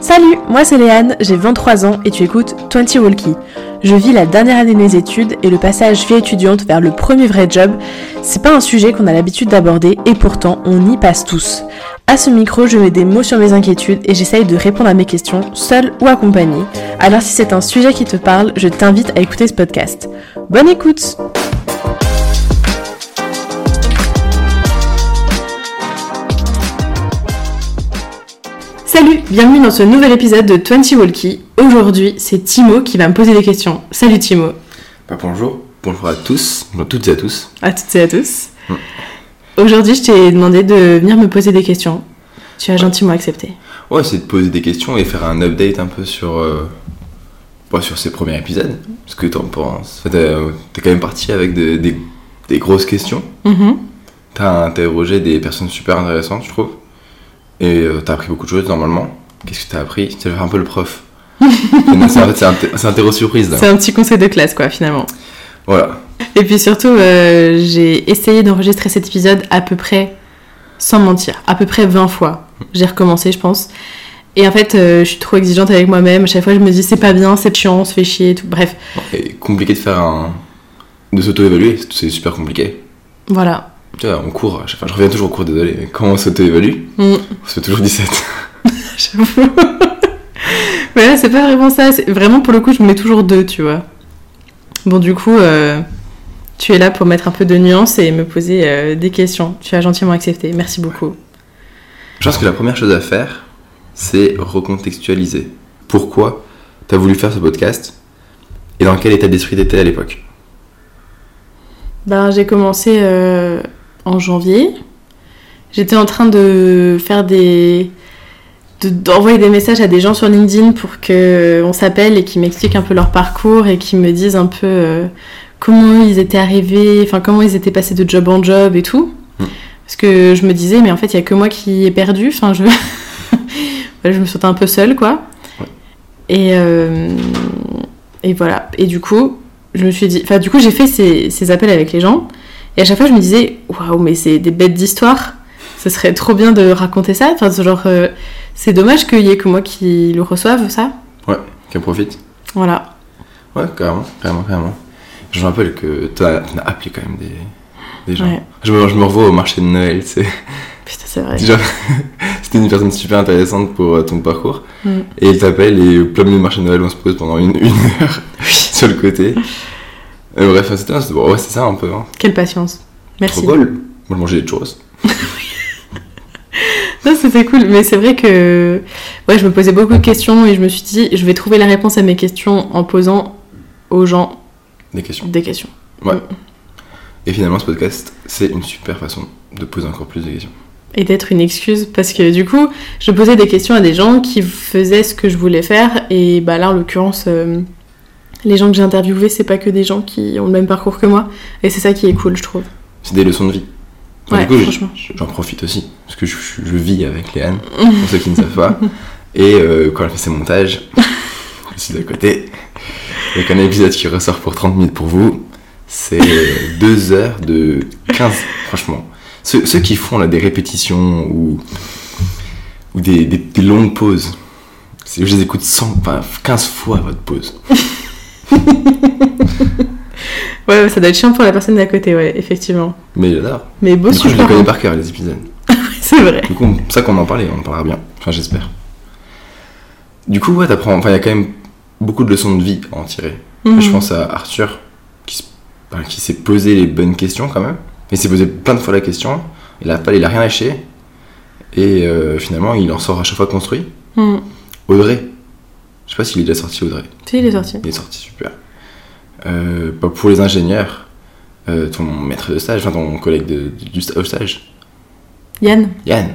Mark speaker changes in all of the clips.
Speaker 1: Salut, moi c'est Léane, j'ai 23 ans et tu écoutes 20 Walkie. Je vis la dernière année de mes études et le passage vie étudiante vers le premier vrai job, c'est pas un sujet qu'on a l'habitude d'aborder et pourtant on y passe tous. À ce micro, je mets des mots sur mes inquiétudes et j'essaye de répondre à mes questions, seule ou accompagnée. Alors si c'est un sujet qui te parle, je t'invite à écouter ce podcast. Bonne écoute Salut, bienvenue dans ce nouvel épisode de 20 Walkie. Aujourd'hui, c'est Timo qui va me poser des questions. Salut Timo.
Speaker 2: Bah, bonjour, bonjour à tous, bonjour à toutes et à tous.
Speaker 1: À toutes et à tous. Aujourd'hui, je t'ai demandé de venir me poser des questions. Tu as gentiment accepté.
Speaker 2: Ouais, c'est de poser des questions et faire un update un peu sur, euh, bah, sur ces premiers épisodes. Ce que t'en penses. Enfin, t'es, t'es quand même parti avec de- des, des grosses questions.
Speaker 1: Mhm.
Speaker 2: T'as interrogé des personnes super intéressantes, je trouve. Et euh, t'as appris beaucoup de choses normalement. Qu'est-ce que t'as appris T'as fait un peu le prof. Non, c'est, en fait, c'est un, thé- c'est un terreau surprise là.
Speaker 1: C'est un petit conseil de classe, quoi, finalement.
Speaker 2: Voilà.
Speaker 1: Et puis surtout, euh, j'ai essayé d'enregistrer cet épisode à peu près, sans mentir, à peu près 20 fois. J'ai recommencé, je pense. Et en fait, euh, je suis trop exigeante avec moi-même. À chaque fois, je me dis, c'est pas bien, c'est chiant, on se fait chier et tout. Bref,
Speaker 2: Et compliqué de faire un. de s'auto-évaluer, c'est- c'est super compliqué.
Speaker 1: voilà.
Speaker 2: Tu vois, on court, à chaque fois, je reviens toujours au cours, désolé, mais quand on s'auto-évalue,
Speaker 1: Mm.
Speaker 2: on se fait toujours 17.
Speaker 1: J'avoue. Mais là, c'est pas vraiment ça. C'est- Vraiment, pour le coup, je mets toujours deux, tu vois. Bon, du coup, euh, tu es là pour mettre un peu de nuance et me poser euh, des questions. Tu as gentiment accepté. Merci beaucoup.
Speaker 2: Je pense que la première chose à faire, c'est recontextualiser. Pourquoi t'as voulu faire ce podcast et dans quel état d'esprit t'étais à l'époque
Speaker 1: Ben, j'ai commencé euh, en janvier. J'étais en train de faire des. de- d'envoyer des messages à des gens sur LinkedIn pour qu'on s'appelle et qu'ils m'expliquent un peu leur parcours et qu'ils me disent un peu euh, comment ils étaient arrivés, enfin comment ils étaient passés de job en job et tout.
Speaker 2: Mm.
Speaker 1: Parce que je me disais, mais en fait, il n'y a que moi qui ai perdu. Enfin, je. Voilà, je me sentais un peu seule, quoi.
Speaker 2: Ouais.
Speaker 1: Et, euh, et voilà. Et du coup, je me suis dit. Enfin, du coup, j'ai fait ces, ces appels avec les gens. Et à chaque fois, je me disais, waouh, mais c'est des bêtes d'histoire. Ce serait trop bien de raconter ça. Enfin, ce genre, euh, c'est dommage qu'il y ait que moi qui le reçoive, ça.
Speaker 2: Qu'en profite
Speaker 1: Voilà.
Speaker 2: Ouais, carrément, carrément, carrément. Je me rappelle que t'as t'en as appelé quand même des, des gens.
Speaker 1: Ouais.
Speaker 2: Je, me, je me revois au marché de Noël, tu sais.
Speaker 1: Putain, c'est vrai.
Speaker 2: Genre, C'était une personne super intéressante pour euh, ton parcours.
Speaker 1: Mm.
Speaker 2: Et il t'appelle et au plein milieu du marché de Noël, on se pose pendant une, une heure sur le côté. Et bref, c'était c'était- bon, ouais, c'est ça un peu. Hein.
Speaker 1: Quelle patience.
Speaker 2: Trop
Speaker 1: Merci.
Speaker 2: cool. Moi, je mangeais des choses.
Speaker 1: Non, c'était cool, mais c'est vrai que ouais, je me posais beaucoup de questions et je me suis dit, je vais trouver la réponse à mes questions en posant aux gens
Speaker 2: Des questions.
Speaker 1: des questions.
Speaker 2: Et finalement, ce podcast, c'est une super façon de poser encore plus de questions.
Speaker 1: et d'être une excuse parce que du coup je posais des questions à des gens qui faisaient ce que je voulais faire et bah là en l'occurrence euh, les gens que j'ai interviewés c'est pas que des gens qui ont le même parcours que moi et c'est ça qui est cool je trouve
Speaker 2: C'est des leçons de vie. Enfin,
Speaker 1: ouais
Speaker 2: du coup, je-
Speaker 1: franchement
Speaker 2: j'en profite aussi, parce que je, je- je vis avec Léane, pour ceux qui ne savent pas. Et euh, quand elle fait ses montages, je suis d'à côté. Et qu'un épisode qui ressort pour 30 minutes pour vous, c'est 2 heures de 15, franchement. Ceux, ceux qui font là, des répétitions ou, ou des, des- des longues pauses, c'est- je les écoute 100, enfin, 15 fois votre pause.
Speaker 1: ouais ouais, ça doit être chiant pour la personne d'à côté ouais effectivement
Speaker 2: Mais j'adore.
Speaker 1: mais beau
Speaker 2: Du coup, je les
Speaker 1: support
Speaker 2: connais
Speaker 1: hein.
Speaker 2: par cœur, les épisodes.
Speaker 1: c'est vrai
Speaker 2: Du coup, on- c'est ça qu'on en parlait, on en parlera bien. Enfin, j'espère. Du coup, ouais, t'apprends. Enfin, il y a quand même beaucoup de leçons de vie à en tirer. Ah, Je
Speaker 1: Mhm.
Speaker 2: pense à Arthur, qui, se- enfin, qui s'est posé les bonnes questions quand même. Il s'est posé plein de fois la question. Il a, pas- il a rien lâché. Et euh, finalement, il en sort à chaque fois construit.
Speaker 1: Hmm.
Speaker 2: Audrey. Je sais pas s'il est déjà sorti, Audrey.
Speaker 1: si il est sorti
Speaker 2: Il est sorti super. Euh, bah, pour les ingénieurs, euh, ton maître de stage, enfin ton collègue de, du sta- au stage,
Speaker 1: Yann
Speaker 2: Yann.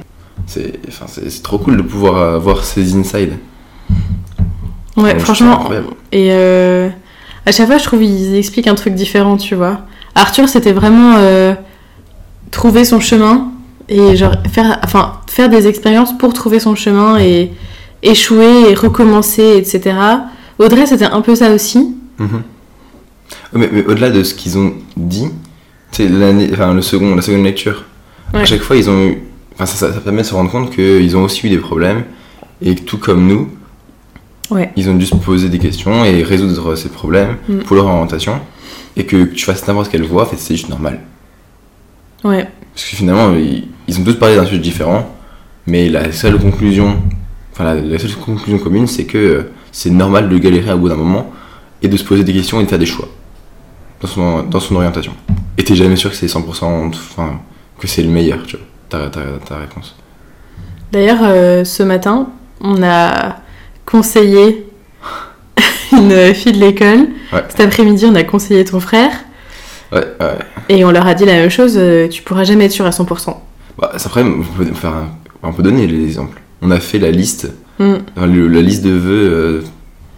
Speaker 2: C'est enfin, c'est- c'est trop cool de pouvoir euh, voir ses insides.
Speaker 1: ouais
Speaker 2: Moi, je trouve
Speaker 1: franchement
Speaker 2: ça incroyable.
Speaker 1: Et euh, à chaque fois, je trouve qu'ils expliquent un truc différent, tu vois. Arthur, c'était vraiment euh, trouver son chemin et genre faire, enfin, faire des expériences pour trouver son chemin et échouer et recommencer, etc. Audrey, c'était un peu ça aussi.
Speaker 2: Mhm. Mais, mais au-delà de ce qu'ils ont dit, c'est l'année- enfin, le second, la seconde lecture.
Speaker 1: Ouais.
Speaker 2: À chaque fois, ils ont eu. Enfin, ça, ça- ça permet de se rendre compte qu'ils ont aussi eu des problèmes et que tout comme nous,
Speaker 1: Ouais.
Speaker 2: Ils ont dû se poser des questions et résoudre ces problèmes
Speaker 1: Mm.
Speaker 2: pour leur orientation. Et que tu fasses n'importe quelle voie, en fait, c'est juste normal.
Speaker 1: Ouais.
Speaker 2: Parce que finalement, ils, ils ont tous parlé d'un sujet différent, mais la seule conclusion, enfin, la, la seule conclusion commune, c'est que euh, c'est normal de galérer à bout d'un moment et de se poser des questions et de faire des choix dans son, dans son orientation. Et t'es jamais sûr que c'est 100%, enfin, que c'est le meilleur, tu vois, ta, ta- ta réponse.
Speaker 1: D'ailleurs, euh, ce matin, on a conseillé une fille de l'école.
Speaker 2: Ouais.
Speaker 1: Cet après-midi, on a conseillé ton frère.
Speaker 2: Ouais, ouais.
Speaker 1: Et on leur a dit la même chose, euh, tu pourras jamais être sûr à 100%.
Speaker 2: Bah, c'est après, on peut, faire un- on peut donner les exemples. On a fait la liste
Speaker 1: Mm.
Speaker 2: Enfin, le- la liste de vœux euh,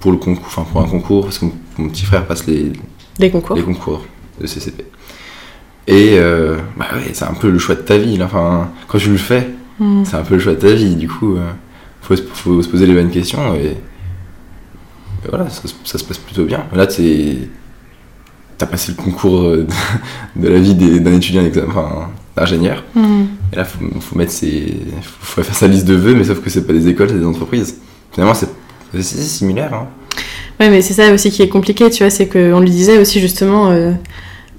Speaker 2: pour le concours, enfin pour un concours, parce que mon, mon petit frère passe les,
Speaker 1: Les concours.
Speaker 2: les concours de CCP. Et euh, bah ouais, c'est un peu le choix de ta vie. Là. Enfin, quand tu le fais,
Speaker 1: Mm.
Speaker 2: c'est un peu le choix de ta vie. Du coup, euh, faut, se- faut se poser les bonnes questions et, et voilà, ça, se- ça se passe plutôt bien. Là, t'es- t'as passé le concours euh, de la vie des- d'un étudiant d'examen- enfin, d'ingénieur.
Speaker 1: Mm.
Speaker 2: Et là, faut, faut mettre ses, faut, faut faire sa liste de vœux, mais sauf que c'est pas des écoles, c'est des entreprises. Finalement, c'est c'est- c'est similaire. hein.
Speaker 1: Ouais, mais c'est ça aussi qui est compliqué, tu vois, c'est qu'on lui disait aussi justement, euh,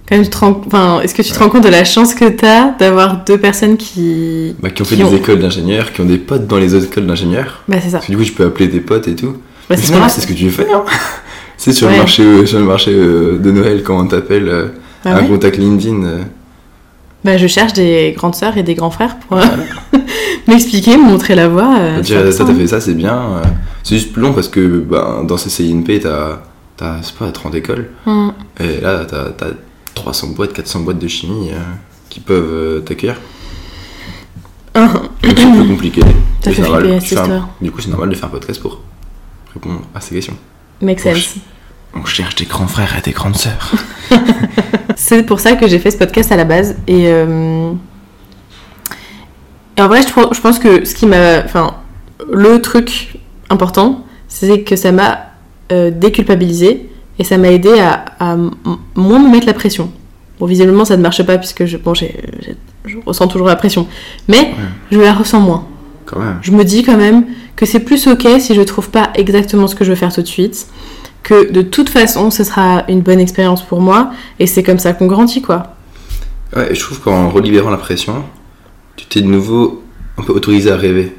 Speaker 1: quand même, tu te rends- enfin, est-ce que tu te rends compte de la chance que t'as d'avoir deux personnes qui...
Speaker 2: Bah, qui ont
Speaker 1: Qui
Speaker 2: fait des
Speaker 1: ont-
Speaker 2: écoles d'ingénieurs, qui ont des potes dans les autres écoles d'ingénieurs.
Speaker 1: Bah c'est ça.
Speaker 2: Parce que du coup, tu peux appeler tes potes et tout.
Speaker 1: Bah,
Speaker 2: Mais
Speaker 1: c'est
Speaker 2: sinon,
Speaker 1: pas
Speaker 2: là, c'est ce que tu fais. Hein. c'est sur,
Speaker 1: Ouais.
Speaker 2: le marché, euh, sur le marché euh, de Noël, quand on t'appelle euh,
Speaker 1: Bah,
Speaker 2: un
Speaker 1: ouais.
Speaker 2: contact LinkedIn. euh,
Speaker 1: Bah, je cherche des grandes sœurs et des grands frères pour euh,
Speaker 2: voilà.
Speaker 1: m'expliquer, me montrer la voie. euh,
Speaker 2: Faut
Speaker 1: faire
Speaker 2: dire, Bah, ça,
Speaker 1: ça.
Speaker 2: t'as fait ça, c'est bien. euh. C'est juste plus long parce que bah, dans ces CINP, t'as, t'as, je sais pas, 30 écoles.
Speaker 1: Mm.
Speaker 2: Et là, t'as t'as 300 boîtes, 400 boîtes de chimie euh, qui peuvent euh, t'accueillir.
Speaker 1: Ah,
Speaker 2: Donc, c'est plus compliqué.
Speaker 1: T'as
Speaker 2: Et
Speaker 1: fait
Speaker 2: c'est normal,
Speaker 1: flipper à
Speaker 2: tu
Speaker 1: cette
Speaker 2: fais un-
Speaker 1: histoire.
Speaker 2: Du coup, c'est normal de faire un podcast pour répondre à ces questions.
Speaker 1: Make
Speaker 2: Bon,
Speaker 1: sense.
Speaker 2: On cherche tes grands frères et tes grandes sœurs.
Speaker 1: C'est pour ça que j'ai fait ce podcast à la base. Et, euh, et en vrai, je, trou- je pense que ce qui m'a. Enfin, le truc important, c'est que ça m'a euh, déculpabilisé et ça m'a aidé à, à m- moins me mettre la pression. Bon, visiblement, ça ne marche pas puisque je, bon, j'ai- j'ai- je ressens toujours la pression. Mais je la ressens moins.
Speaker 2: Quand même.
Speaker 1: Je me dis quand même que c'est plus ok si je trouve pas exactement ce que je veux faire tout de suite, que de toute façon ce sera une bonne expérience pour moi et c'est comme ça qu'on grandit quoi.
Speaker 2: Ouais, et je trouve qu'en relibérant la pression, tu t'es de nouveau un peu autorisé à rêver.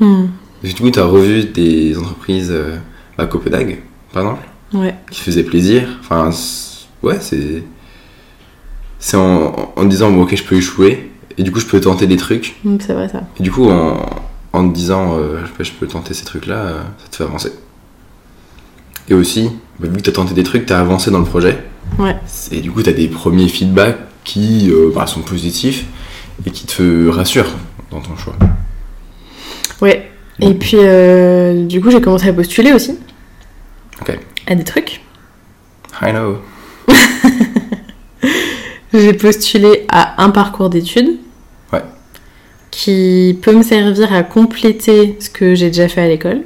Speaker 1: Hmm,
Speaker 2: Parce que du coup, t'as revu des entreprises euh, à Copenhague, par exemple.
Speaker 1: Ouais.
Speaker 2: qui faisait plaisir. Enfin, c- ouais, c'est. C'est en, en disant, bon, ok, je peux échouer, et du coup, je peux tenter des trucs.
Speaker 1: hmm, C'est vrai ça.
Speaker 2: Et du coup, en, en te disant, euh, je, peux, je peux tenter ces trucs-là, euh, ça te fait avancer. Et aussi, bah, vu que t'as tenté des trucs, t'as avancé dans le projet.
Speaker 1: Ouais.
Speaker 2: Et du coup, t'as des premiers feedbacks qui euh, bah, sont positifs et qui te rassurent dans ton choix.
Speaker 1: Ouais. Et puis euh, du coup j'ai commencé à postuler aussi.
Speaker 2: Ok.
Speaker 1: À des trucs.
Speaker 2: I know.
Speaker 1: J'ai postulé à un parcours d'études.
Speaker 2: Ouais.
Speaker 1: Qui peut me servir à compléter ce que j'ai déjà fait à l'école.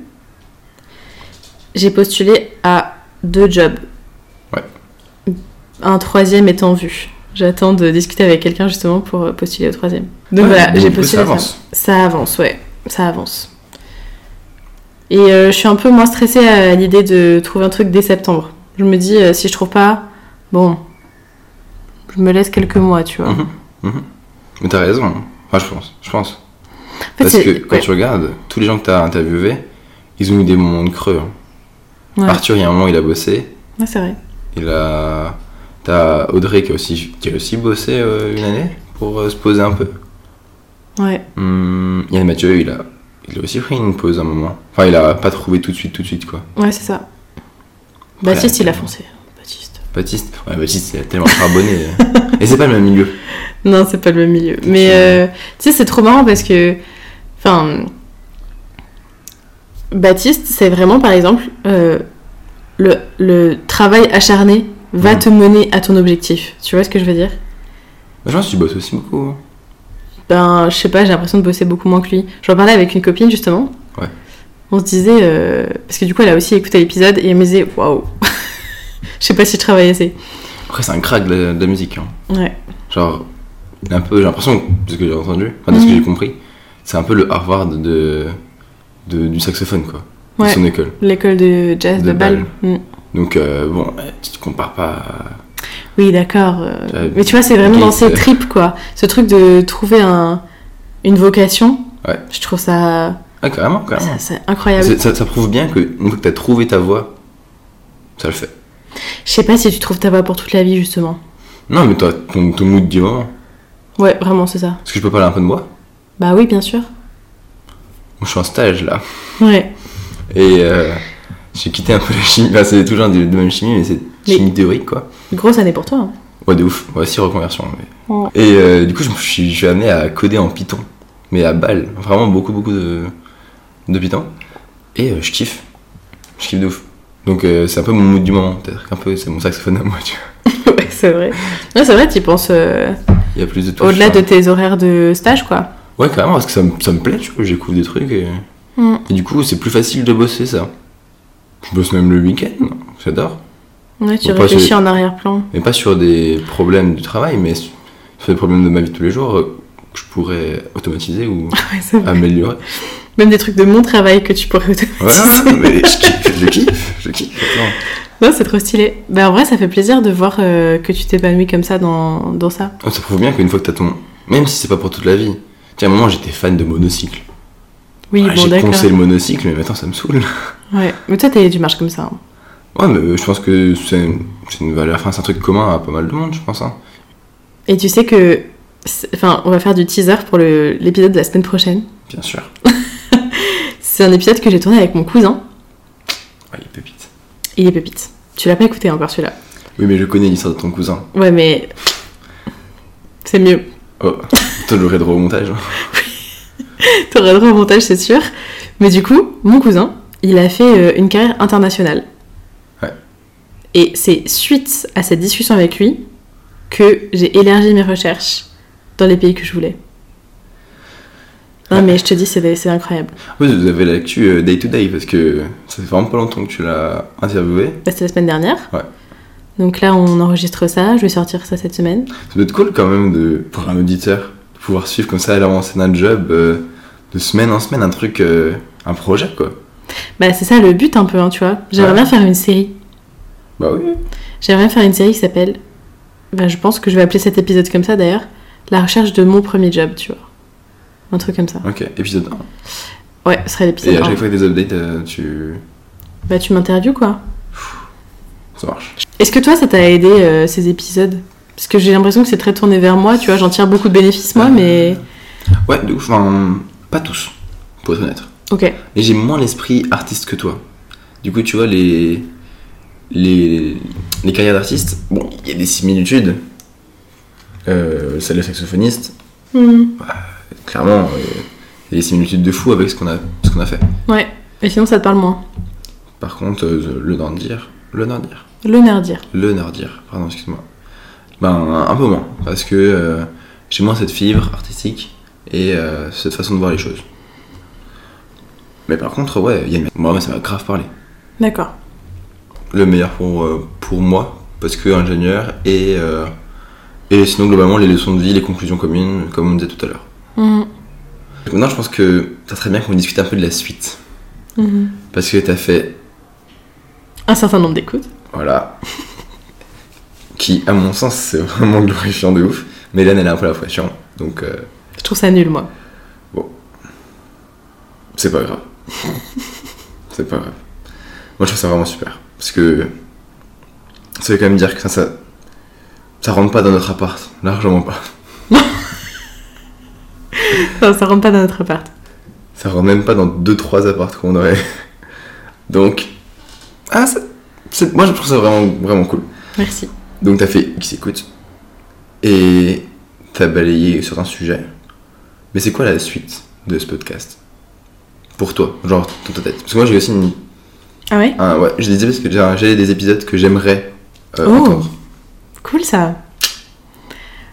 Speaker 1: J'ai postulé à deux jobs.
Speaker 2: Ouais.
Speaker 1: Un troisième est en vue. J'attends de discuter avec quelqu'un justement pour postuler au troisième. Donc voilà, bah, j'ai postulé à ça. Ça avance, ouais, ça avance. Et euh, je suis un peu moins stressée à l'idée de trouver un truc dès septembre. Je me dis, euh, si je trouve pas, bon, je me laisse quelques mois, tu vois.
Speaker 2: Mhm. Mais t'as raison, hein. enfin, je pense. Je pense.
Speaker 1: En fait,
Speaker 2: Parce
Speaker 1: c'est-
Speaker 2: que quand
Speaker 1: ouais,
Speaker 2: tu regardes, tous les gens que tu as interviewés, ils ont eu des moments de creux. hein.
Speaker 1: Ouais.
Speaker 2: Arthur, il y a un moment, il a bossé.
Speaker 1: ouais, c'est vrai.
Speaker 2: Il a. T'as Audrey qui a aussi, qui a aussi bossé euh, une année pour euh, se poser un peu.
Speaker 1: Ouais,
Speaker 2: Hum, Yann Mathieu, il a, il a aussi pris une pause un moment. Enfin, il a pas trouvé tout de suite, tout de suite quoi.
Speaker 1: ouais, c'est ça.
Speaker 2: Voilà.
Speaker 1: Baptiste, il a foncé. Baptiste.
Speaker 2: Baptiste, ouais, Baptiste, il a tellement charbonné. Et c'est pas le même milieu.
Speaker 1: Non, c'est pas le même milieu. Mais euh, tu sais, c'est trop marrant parce que. Enfin. Baptiste, c'est vraiment par exemple. euh, le, le travail acharné va
Speaker 2: Mhm.
Speaker 1: te mener à ton objectif. Tu vois ce que je veux dire
Speaker 2: Je pense que tu bosses aussi beaucoup. hein.
Speaker 1: Ben, je sais pas, j'ai l'impression de bosser beaucoup moins que lui. J'en parlais avec une copine justement.
Speaker 2: Ouais.
Speaker 1: On se disait. euh, parce que du coup, elle a aussi écouté l'épisode et elle me disait Waouh Je sais pas si je travaille assez.
Speaker 2: Après, c'est un crack de la, de la musique. hein.
Speaker 1: Ouais.
Speaker 2: Genre, un peu, j'ai l'impression, de ce que j'ai entendu, enfin de ce que
Speaker 1: Mhm.
Speaker 2: j'ai compris, c'est un peu le Harvard de, de- du saxophone, quoi. de
Speaker 1: Ouais.
Speaker 2: son école.
Speaker 1: L'école de jazz de,
Speaker 2: De
Speaker 1: Bâle. Mm.
Speaker 2: Donc euh, bon, euh, tu te compares pas. à-
Speaker 1: Oui, d'accord. euh,
Speaker 2: Ouais,
Speaker 1: Mais tu vois, c'est vraiment
Speaker 2: Gates,
Speaker 1: dans ses
Speaker 2: euh.
Speaker 1: tripes, quoi. Ce truc de trouver un, une vocation.
Speaker 2: Ouais.
Speaker 1: Je trouve ça,
Speaker 2: Ah carrément, carrément.
Speaker 1: ça- c'est incroyable.
Speaker 2: C'est- Ça, ça prouve bien que une fois que t'as trouvé ta voie, ça le fait.
Speaker 1: Je sais pas si tu trouves ta voie pour toute la vie, justement.
Speaker 2: Non, mais toi, ton, ton mood du moment.
Speaker 1: Ouais, vraiment, c'est ça.
Speaker 2: Est-ce que je peux parler un peu de moi
Speaker 1: Bah oui, bien sûr.
Speaker 2: Moi, Je suis en stage là.
Speaker 1: Ouais.
Speaker 2: Et euh, j'ai quitté un peu la chimie. Enfin, c'est toujours de, de même chimie, mais c'est
Speaker 1: Mais-
Speaker 2: chimie théorique quoi.
Speaker 1: Grosse année pour toi. hein.
Speaker 2: Ouais, de ouf. Ouais, si reconversion. mais-
Speaker 1: Ouais.
Speaker 2: Et euh, du coup, je me suis, je suis amené à coder en Python. Mais à balle. Vraiment beaucoup, beaucoup de, de Python. Et euh, je kiffe. Je kiffe de ouf. Donc euh, c'est un peu mon mood du moment. Peut-être qu'un peu, c'est mon saxophone à moi, tu vois.
Speaker 1: ouais, c'est vrai. Ouais, c'est vrai, tu penses euh,
Speaker 2: Il y a plus de touches,
Speaker 1: au-delà de
Speaker 2: tu vois.
Speaker 1: tes horaires de stage, quoi.
Speaker 2: Ouais, carrément, parce que ça me, ça me plaît, tu vois. J'écoute des trucs et...
Speaker 1: Mm.
Speaker 2: et du coup, c'est plus facile de bosser ça. Je bosse même le week-end, j'adore.
Speaker 1: Ouais, tu
Speaker 2: Bon, après,
Speaker 1: réfléchis
Speaker 2: c'est-
Speaker 1: en arrière-plan.
Speaker 2: Mais pas sur des problèmes du travail, mais sur des problèmes de ma vie de tous les jours euh, que je pourrais automatiser ou
Speaker 1: Ouais, c'est vrai.
Speaker 2: améliorer.
Speaker 1: Même des trucs de mon travail que tu pourrais automatiser.
Speaker 2: Ah. Ouais, ouais, mais je kiffe, je kiffe, je kiffe. attends.
Speaker 1: Non, c'est trop stylé. Bah, en vrai, ça fait plaisir de voir euh, que tu t'épanouis comme ça dans, dans ça.
Speaker 2: Oh, Ça prouve bien qu'une fois que t'as ton. Même si c'est pas pour toute la vie. Tiens, à un moment j'étais fan de monocycle.
Speaker 1: Oui,
Speaker 2: Ah,
Speaker 1: bon,
Speaker 2: J'ai
Speaker 1: d'accord.
Speaker 2: poncé le monocycle, mais maintenant ça me saoule.
Speaker 1: Ouais. Mais toi, t'es- tu marches comme ça. hein.
Speaker 2: Ouais, mais euh, je pense que c'est c'est une valeur. Enfin, c'est un truc commun à pas mal de monde, je pense. hein.
Speaker 1: Et tu sais que. c'est- Enfin, on va faire du teaser pour le- l'épisode de la semaine prochaine.
Speaker 2: Bien sûr.
Speaker 1: C'est un épisode que j'ai tourné avec mon cousin.
Speaker 2: Ouais, il est pépite.
Speaker 1: Il est pépite. Tu l'as pas écouté encore celui-là.
Speaker 2: Oui, mais je connais l'histoire de ton cousin.
Speaker 1: Ouais, mais. C'est mieux.
Speaker 2: Oh, toi, j'aurais droit au montage. hein.
Speaker 1: T'auras droit au montage, c'est sûr. Mais du coup, mon cousin, il a fait euh, une carrière internationale.
Speaker 2: Ouais.
Speaker 1: Et c'est suite à cette discussion avec lui que j'ai élargi mes recherches dans les pays que je voulais. Non,
Speaker 2: Ouais.
Speaker 1: mais je te dis, c'est c'est incroyable.
Speaker 2: Oui, vous avez l'actu euh, day to day parce que ça fait vraiment pas longtemps que tu l'as interviewé.
Speaker 1: Bah, C'était la semaine dernière.
Speaker 2: Ouais.
Speaker 1: Donc là, on enregistre ça. Je vais sortir ça cette semaine.
Speaker 2: Ça doit être cool quand même de, pour un auditeur de pouvoir suivre comme ça l'avancée d'un job euh, de semaine en semaine, un truc, euh, un projet quoi.
Speaker 1: Bah, c'est ça le but un peu, hein, tu vois. J'aimerais
Speaker 2: Ouais.
Speaker 1: bien faire une série.
Speaker 2: Bah oui.
Speaker 1: J'aimerais bien faire une série qui s'appelle. Bah, je pense que je vais appeler cet épisode comme ça d'ailleurs. La recherche de mon premier job, tu vois. Un truc comme ça.
Speaker 2: Ok, épisode 1.
Speaker 1: Ouais, ce serait
Speaker 2: Et
Speaker 1: l'épisode
Speaker 2: à
Speaker 1: 1.
Speaker 2: chaque fois que des updates, euh, tu.
Speaker 1: Bah, tu m'interviews quoi.
Speaker 2: Ça marche.
Speaker 1: Est-ce que toi, ça t'a aidé euh, ces épisodes Parce que j'ai l'impression que c'est très tourné vers moi, tu vois. J'en tire beaucoup de bénéfices moi,
Speaker 2: Euh.
Speaker 1: mais.
Speaker 2: Ouais, de ouf. Enfin, pas tous, pour être honnête.
Speaker 1: Ok.
Speaker 2: Mais j'ai moins l'esprit artiste que toi. Du coup, tu vois, les. Les, les carrières d'artistes, bon, il y a des similitudes. Euh, celle de saxophoniste,
Speaker 1: Hmm.
Speaker 2: clairement, euh, il y a des similitudes de fou avec ce qu'on a, ce qu'on a fait.
Speaker 1: Ouais. Et sinon, ça te parle moins.
Speaker 2: Par contre, euh, le nordir, le nordir,
Speaker 1: Le nerdir.
Speaker 2: le nordir, pardon, excuse-moi. Ben, un peu moins, parce que euh, j'ai moins cette fibre artistique et euh, cette façon de voir les choses. Mais par contre, ouais, il y a une- moi, ça m'a grave parlé.
Speaker 1: D'accord.
Speaker 2: Le meilleur pour, euh, pour moi, parce que ingénieur et, euh, et sinon, globalement, les leçons de vie, les conclusions communes, comme on disait tout à l'heure.
Speaker 1: Hmm.
Speaker 2: Maintenant, je pense que ça serait bien qu'on discute un peu de la suite,
Speaker 1: Hmm.
Speaker 2: parce que t'as fait
Speaker 1: Un certain nombre d'écoutes.
Speaker 2: Voilà. qui, à mon sens, c'est vraiment glorifiant de ouf. Mélane, elle a un peu la pression, donc euh,
Speaker 1: Je trouve ça nul, moi.
Speaker 2: c'est pas grave. c'est pas grave. Moi, je trouve ça vraiment super. Parce que ça veut quand même dire que ça, ça, ça rentre pas dans notre appart. Largement pas.
Speaker 1: Non, ça rentre pas dans notre appart.
Speaker 2: Ça rentre même pas dans 2-3 apparts qu'on aurait. donc, ah, ça- c'est- moi, je trouve ça vraiment, vraiment cool.
Speaker 1: Merci.
Speaker 2: Donc t'as fait X écoute et t'as balayé certains sujets. Mais c'est quoi la suite de ce podcast Pour toi, genre dans ta tête. Parce que moi j'ai aussi une...
Speaker 1: Ah ouais
Speaker 2: un- ouais, je disais parce que j'ai- j'ai des épisodes que j'aimerais euh,
Speaker 1: Oh.
Speaker 2: entendre.
Speaker 1: Cool ça.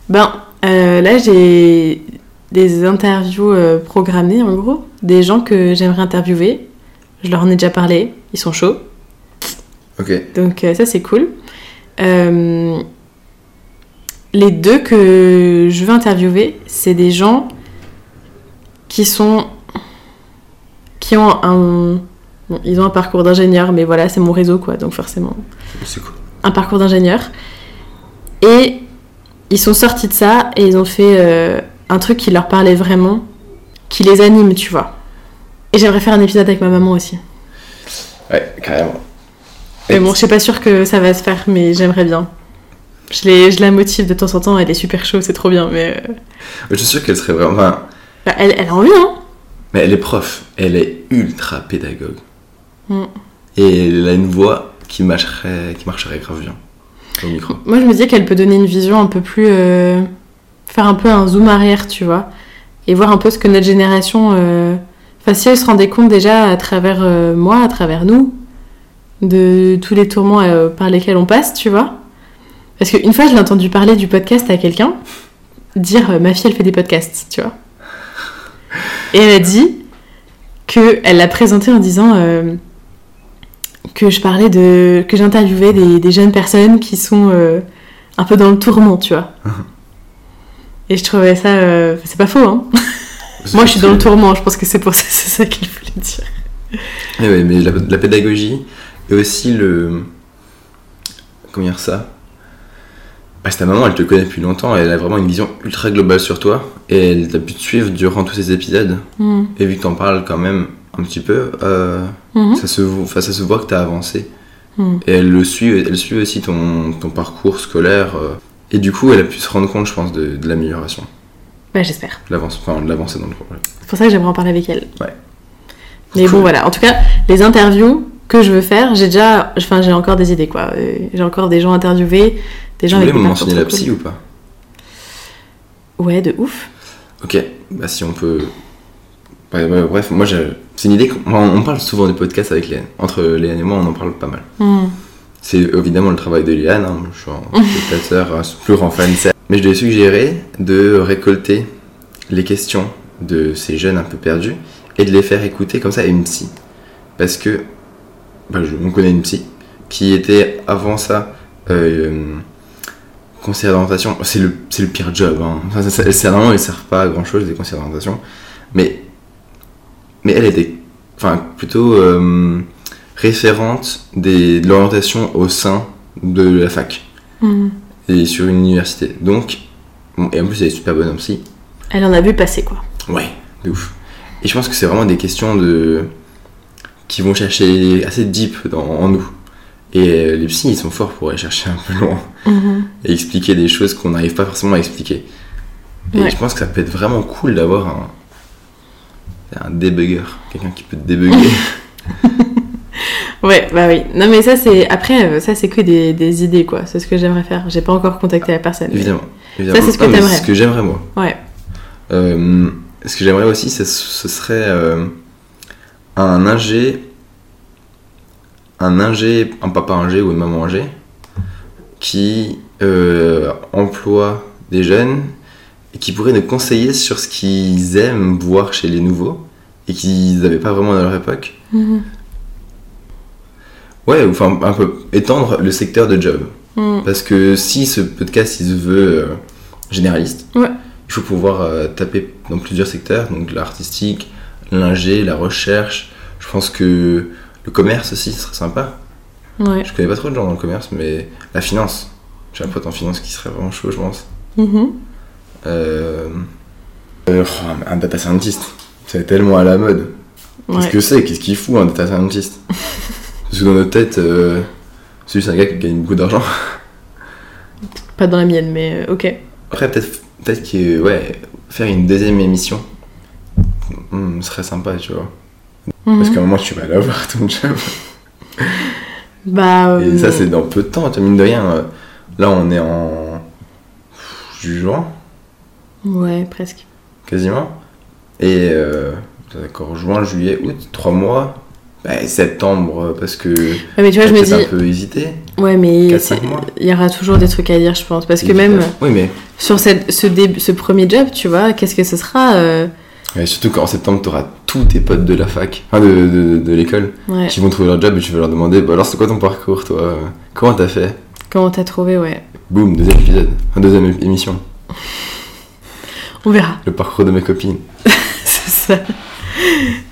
Speaker 1: Ben, euh, là j'ai des interviews euh, programmées en gros, des gens que j'aimerais interviewer. Je leur en ai déjà parlé, ils sont chauds,
Speaker 2: Ok.
Speaker 1: donc euh, ça c'est cool. Euh, les deux que je veux interviewer, c'est des gens qui sont qui ont un Bon, ils ont un parcours d'ingénieur, mais voilà, c'est mon réseau, quoi, donc forcément.
Speaker 2: C'est cool.
Speaker 1: Un parcours d'ingénieur. Et ils sont sortis de ça et ils ont fait euh, un truc qui leur parlait vraiment, qui les anime, tu vois. Et j'aimerais faire un épisode avec ma maman aussi.
Speaker 2: Ouais, carrément.
Speaker 1: Mais bon, je suis pas sûre que ça va se faire, mais j'aimerais bien. Je, l'ai- je la motive de temps en temps, elle est super chaude, c'est trop bien, mais... euh,
Speaker 2: Je suis sûr qu'elle serait vraiment. enfin,
Speaker 1: bah, elle, elle a envie, hein
Speaker 2: Mais elle est prof, elle est ultra pédagogue.
Speaker 1: Mm.
Speaker 2: Et elle a une voix qui marcherait, qui marcherait grave bien au micro.
Speaker 1: Moi, je me disais qu'elle peut donner une vision un peu plus... euh, Faire un peu un zoom arrière, tu vois. Et voir un peu ce que notre génération... euh, Enfin, si elle se rendait compte déjà à travers euh, moi, à travers nous, de tous les tourments euh, par lesquels on passe, tu vois. Parce qu'une fois, je l'ai entendu parler du podcast à quelqu'un, dire euh, Ma fille, elle fait des podcasts, tu vois. Et elle a dit que elle l'a présenté en disant euh, que je parlais de. que j'interviewais des, des jeunes personnes qui sont euh, un peu dans le tourment, tu vois.
Speaker 2: Ah.
Speaker 1: Et je trouvais ça. euh, c'est pas faux, hein. Moi, je suis dans le tourment, je pense que c'est pour ça, c'est ça qu'elle voulait dire.
Speaker 2: Eh ouais, mais la, la pédagogie et aussi le. Comment dire ça Parce que ta maman, elle te connaît depuis longtemps, elle a vraiment une vision ultra globale sur toi et elle t'a pu te suivre durant tous ces épisodes.
Speaker 1: Mhm.
Speaker 2: Et vu que t'en parles quand même un petit peu, euh,
Speaker 1: Mhm.
Speaker 2: ça, se, vo- enfin, ça se voit que t'as avancé.
Speaker 1: Mhm.
Speaker 2: Et elle le suit, elle suit aussi ton, ton parcours scolaire. euh, et du coup, elle a pu se rendre compte, je pense, de, de l'amélioration,
Speaker 1: Bah, j'espère.
Speaker 2: de l'avance- enfin, de l'avancée dans le problème.
Speaker 1: C'est pour ça que j'aimerais en parler avec elle.
Speaker 2: Ouais.
Speaker 1: Mais
Speaker 2: Cool.
Speaker 1: bon, voilà. En tout cas, les interviews que je veux faire, j'ai déjà. Enfin, j'ai encore des idées, quoi. Euh, J'ai encore des gens interviewés, des
Speaker 2: Tu
Speaker 1: gens avec
Speaker 2: voulais me
Speaker 1: des
Speaker 2: mentionner la
Speaker 1: parcours trop
Speaker 2: psy
Speaker 1: cool.
Speaker 2: ou pas
Speaker 1: Ouais, de ouf.
Speaker 2: Ok, bah si on peut. Ouais, ouais, bref, moi j'ai- c'est une idée. qu'on- moi, on parle souvent des podcasts avec Léane. Entre Léane et moi, on en parle pas mal.
Speaker 1: Mhm.
Speaker 2: C'est évidemment le travail de Léane. hein, Je suis un spectateur, un plus grand fan. certes. Mais je lui ai suggéré de récolter les questions de ces jeunes un peu perdus et de les faire écouter comme ça à une psy. Parce que bah, je, on connaît une psy qui était avant ça euh, conseillère d'orientation. C'est le, c'est le pire job. Hein. Enfin, ça, ça- ça, normalement, elles servent pas à grand chose, les conseillères d'orientation. Mais, mais elle était enfin, plutôt euh, référente des, de l'orientation au sein de la fac
Speaker 1: Mhm.
Speaker 2: et sur une université. Donc, bon, et en plus, elle est super bonne aussi.
Speaker 1: Elle en a vu passer, quoi.
Speaker 2: Ouais, de ouf. Et je pense que c'est vraiment des questions de qui vont chercher assez deep dans, en nous. Et euh, les psys, ils sont forts pour aller chercher un peu loin
Speaker 1: Mhm.
Speaker 2: et expliquer des choses qu'on n'arrive pas forcément à expliquer. Et
Speaker 1: Ouais.
Speaker 2: je pense que ça peut être vraiment cool d'avoir un, un débugger, quelqu'un qui peut te débugger.
Speaker 1: Ouais, bah oui. Non, mais ça, c'est. Après, euh, ça, c'est que des, des idées, quoi. C'est ce que j'aimerais faire. J'ai pas encore contacté la personne. mais-
Speaker 2: évidemment, évidemment.
Speaker 1: c'est ce que
Speaker 2: Non, mais
Speaker 1: t'aimerais.
Speaker 2: C'est ce que j'aimerais moi.
Speaker 1: Ouais.
Speaker 2: Euh, ce que j'aimerais aussi, c'est- ce serait euh, un ingé, un ingé, un papa ingé ou une maman ingé, qui euh, emploie des jeunes et qui pourrait nous conseiller sur ce qu'ils aiment voir chez les nouveaux et qu'ils n'avaient pas vraiment dans leur époque.
Speaker 1: Mhm.
Speaker 2: Ouais, ou enfin un peu étendre le secteur de job.
Speaker 1: Mhm.
Speaker 2: Parce que si ce podcast il se veut euh, généraliste,
Speaker 1: Ouais.
Speaker 2: il faut pouvoir euh, taper dans plusieurs secteurs, donc l'artistique, l'ingé, la recherche. Je pense que le commerce aussi ce serait sympa.
Speaker 1: Ouais.
Speaker 2: Je connais pas trop de gens dans le commerce, mais la finance. J'ai un pote en finance qui serait vraiment chaud, je pense.
Speaker 1: Mhm.
Speaker 2: Euh, euh, oh, un data scientist, c'est tellement à la mode. Qu'est-ce
Speaker 1: Ouais.
Speaker 2: que c'est Qu'est-ce qu'il fout un data scientist Parce que dans notre tête, euh, c'est juste un gars qui gagne beaucoup d'argent.
Speaker 1: Pas dans la mienne, mais euh, ok.
Speaker 2: Après, peut-être peut que ouais, faire une deuxième émission hmm, serait sympa, tu vois.
Speaker 1: Mhm.
Speaker 2: Parce qu'à un moment, tu vas l'avoir ton job.
Speaker 1: Bah.
Speaker 2: Et
Speaker 1: euh,
Speaker 2: ça, c'est dans peu de temps, tu vois, mine de rien. euh, Là, on est en. juin,
Speaker 1: Ouais, presque.
Speaker 2: quasiment. Et. euh, D'accord, juin, juillet, août, trois mois. Bah, septembre, euh, parce que.
Speaker 1: Ouais, mais tu vois, je me
Speaker 2: peut-être
Speaker 1: dis.
Speaker 2: un peu hésité.
Speaker 1: Ouais, mais
Speaker 2: Quatre,
Speaker 1: c'est-
Speaker 2: cinq mois.
Speaker 1: il y aura toujours des trucs à dire, je pense. Parce que même
Speaker 2: Évidemment. Oui, mais.
Speaker 1: sur cette, ce, début, ce premier job, tu vois, qu'est-ce que ce sera euh,
Speaker 2: ouais, surtout qu'en septembre, t'auras tous tes potes de la fac, enfin de- de- de l'école,
Speaker 1: Ouais,
Speaker 2: qui vont trouver leur job et tu vas leur demander bah alors c'est quoi ton parcours toi comment t'as fait
Speaker 1: comment t'as trouvé, ouais.
Speaker 2: boum deuxième épisode Enfin, deuxième é- émission
Speaker 1: On verra,
Speaker 2: le parcours de mes copines
Speaker 1: c'est ça.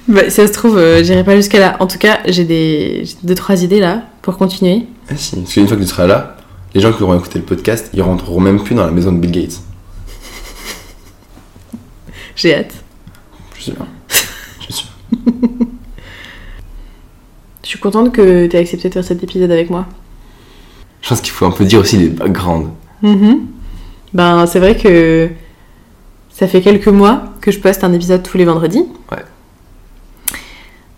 Speaker 1: Bah, si ça se trouve, euh, j'irai pas jusqu'à là. En tout cas, j'ai des j'ai deux trois idées là pour continuer.
Speaker 2: Ah si, parce qu'une fois que tu seras là, les gens qui auront écouté le podcast, ils rentreront même plus dans la maison de Bill Gates.
Speaker 1: J'ai hâte.
Speaker 2: Je suis sûr. Je suis sûr.
Speaker 1: Je suis contente que t'aies accepté de faire cet épisode avec moi.
Speaker 2: Je pense qu'il faut un peu dire aussi les backgrounds.
Speaker 1: Mhm. Ben, c'est vrai que ça fait quelques mois que je poste un épisode tous les vendredis.
Speaker 2: Ouais.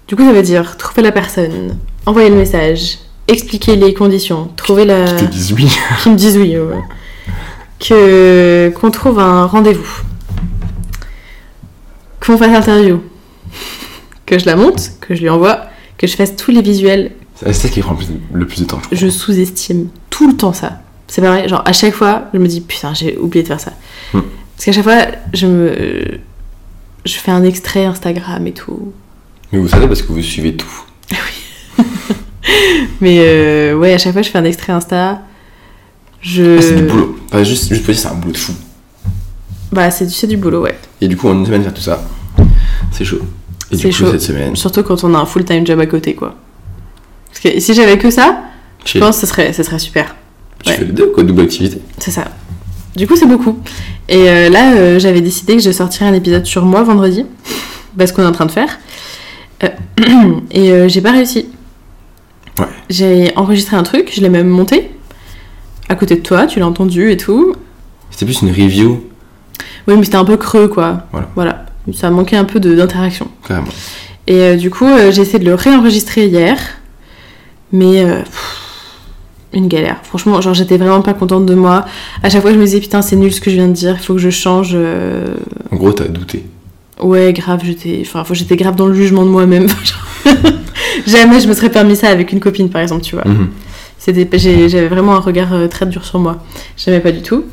Speaker 1: Du coup, ça veut dire trouver la personne, envoyer le message, expliquer les conditions, trouver la.
Speaker 2: Qui te disent oui.
Speaker 1: qui me disent oui. ouais. Que qu'on trouve un rendez-vous, qu'on fasse l'interview, que je la monte, que je lui envoie, que je fasse tous les visuels.
Speaker 2: C'est ça qui prend le plus- le plus de temps, je crois.
Speaker 1: Je sous-estime tout le temps ça. C'est pareil, genre à chaque fois, je me dis putain, j'ai oublié de faire ça.
Speaker 2: Hmm.
Speaker 1: Parce qu'à chaque fois, je me je fais un extrait Instagram et tout.
Speaker 2: Mais vous savez parce que vous suivez tout.
Speaker 1: Mais euh, ouais, à chaque fois, je fais un extrait Insta. Je...
Speaker 2: Ah, C'est du
Speaker 1: Euh.
Speaker 2: boulot. Enfin, juste, juste pour dire, c'est un boulot de fou.
Speaker 1: Bah, c'est du, c'est du boulot, ouais.
Speaker 2: Et du coup, en une semaine, faire tout ça, c'est chaud. Et du
Speaker 1: C'est
Speaker 2: coup,
Speaker 1: chaud.
Speaker 2: cette semaine,
Speaker 1: Surtout quand on a un full-time job à côté, quoi. Parce que si j'avais que ça, je
Speaker 2: chill.
Speaker 1: pense que ce serait, ce serait super.
Speaker 2: tu
Speaker 1: ouais.
Speaker 2: fais les deux, quoi, double activité.
Speaker 1: C'est ça. Du coup, c'est beaucoup. Et euh, là, euh, j'avais décidé que je sortirais un épisode sur moi vendredi, parce qu'on est en train de faire. Euh, et euh, j'ai pas réussi.
Speaker 2: Ouais.
Speaker 1: J'ai enregistré un truc, je l'ai même monté. À côté de toi, tu l'as entendu et tout.
Speaker 2: C'était plus une review,
Speaker 1: Oui, mais c'était un peu creux, quoi.
Speaker 2: Voilà.
Speaker 1: Ça manquait un peu de- d'interaction.
Speaker 2: carrément.
Speaker 1: Et euh, du coup, euh, j'ai essayé de le réenregistrer hier, mais euh, pff, une galère. Franchement, genre j'étais vraiment pas contente de moi. À chaque fois, je me disais putain, c'est nul ce que je viens de dire, il faut que je change. euh,
Speaker 2: En gros, t'as douté.
Speaker 1: Ouais, grave, j'étais enfin, faut- j'étais grave dans le jugement de moi-même. Genre, Jamais je me serais permis ça avec une copine, par exemple, tu vois.
Speaker 2: Mhm.
Speaker 1: C'était- j'ai- J'avais vraiment un regard euh, très dur sur moi. J'aimais pas du tout.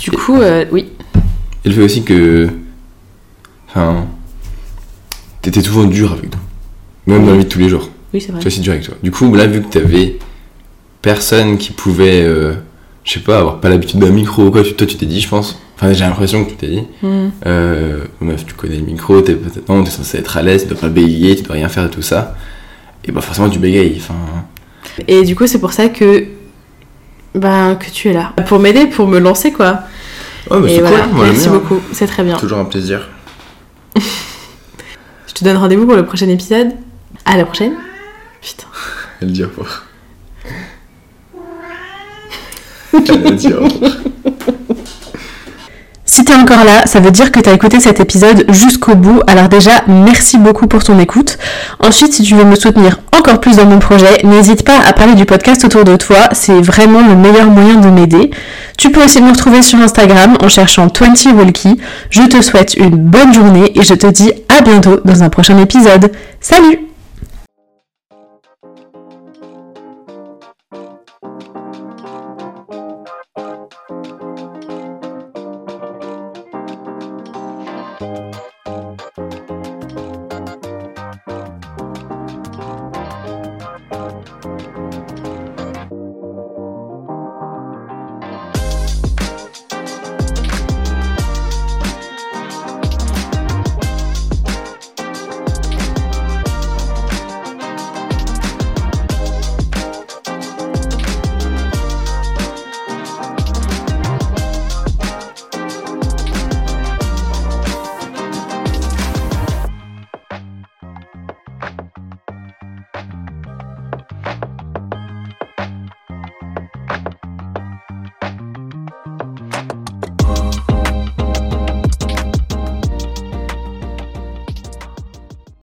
Speaker 1: Du coup, euh, oui.
Speaker 2: Et le fait aussi que. Enfin. T'étais souvent dur avec nous. Même dans la vie de tous les jours.
Speaker 1: Oui, c'est vrai.
Speaker 2: Tu aussi dur avec toi. Du coup, là, vu que t'avais personne qui pouvait. euh, je sais pas, avoir pas l'habitude d'un micro ou quoi, tu- toi, tu t'es dit, je pense. Enfin, j'ai l'impression que tu t'es dit.
Speaker 1: Mhm.
Speaker 2: Euh, meuf, tu connais le micro, t'es peut-être non, t'es censé être à l'aise, tu dois pas bégayer, tu dois rien faire de tout ça. Et bah forcément tu bégayes. Enfin,
Speaker 1: Et du coup, c'est pour ça que. Ben, que tu es là. Pour m'aider, pour me lancer, quoi.
Speaker 2: oh mais
Speaker 1: Et
Speaker 2: c'est
Speaker 1: voilà,
Speaker 2: cool, moi j'aime
Speaker 1: merci
Speaker 2: bien.
Speaker 1: beaucoup, c'est très bien.
Speaker 2: Toujours un plaisir.
Speaker 1: Je te donne rendez-vous pour le prochain épisode. À la prochaine. Putain.
Speaker 2: Elle dit au revoir. Elle a dit au revoir.
Speaker 3: Si t'es encore là, ça veut dire que t'as écouté cet épisode jusqu'au bout, alors déjà, merci beaucoup pour ton écoute. Ensuite, si tu veux me soutenir encore plus dans mon projet, n'hésite pas à parler du podcast autour de toi, c'est vraiment le meilleur moyen de m'aider. Tu peux aussi me retrouver sur Instagram en cherchant 20 Walkie. Je te souhaite une bonne journée et je te dis à bientôt dans un prochain épisode. Salut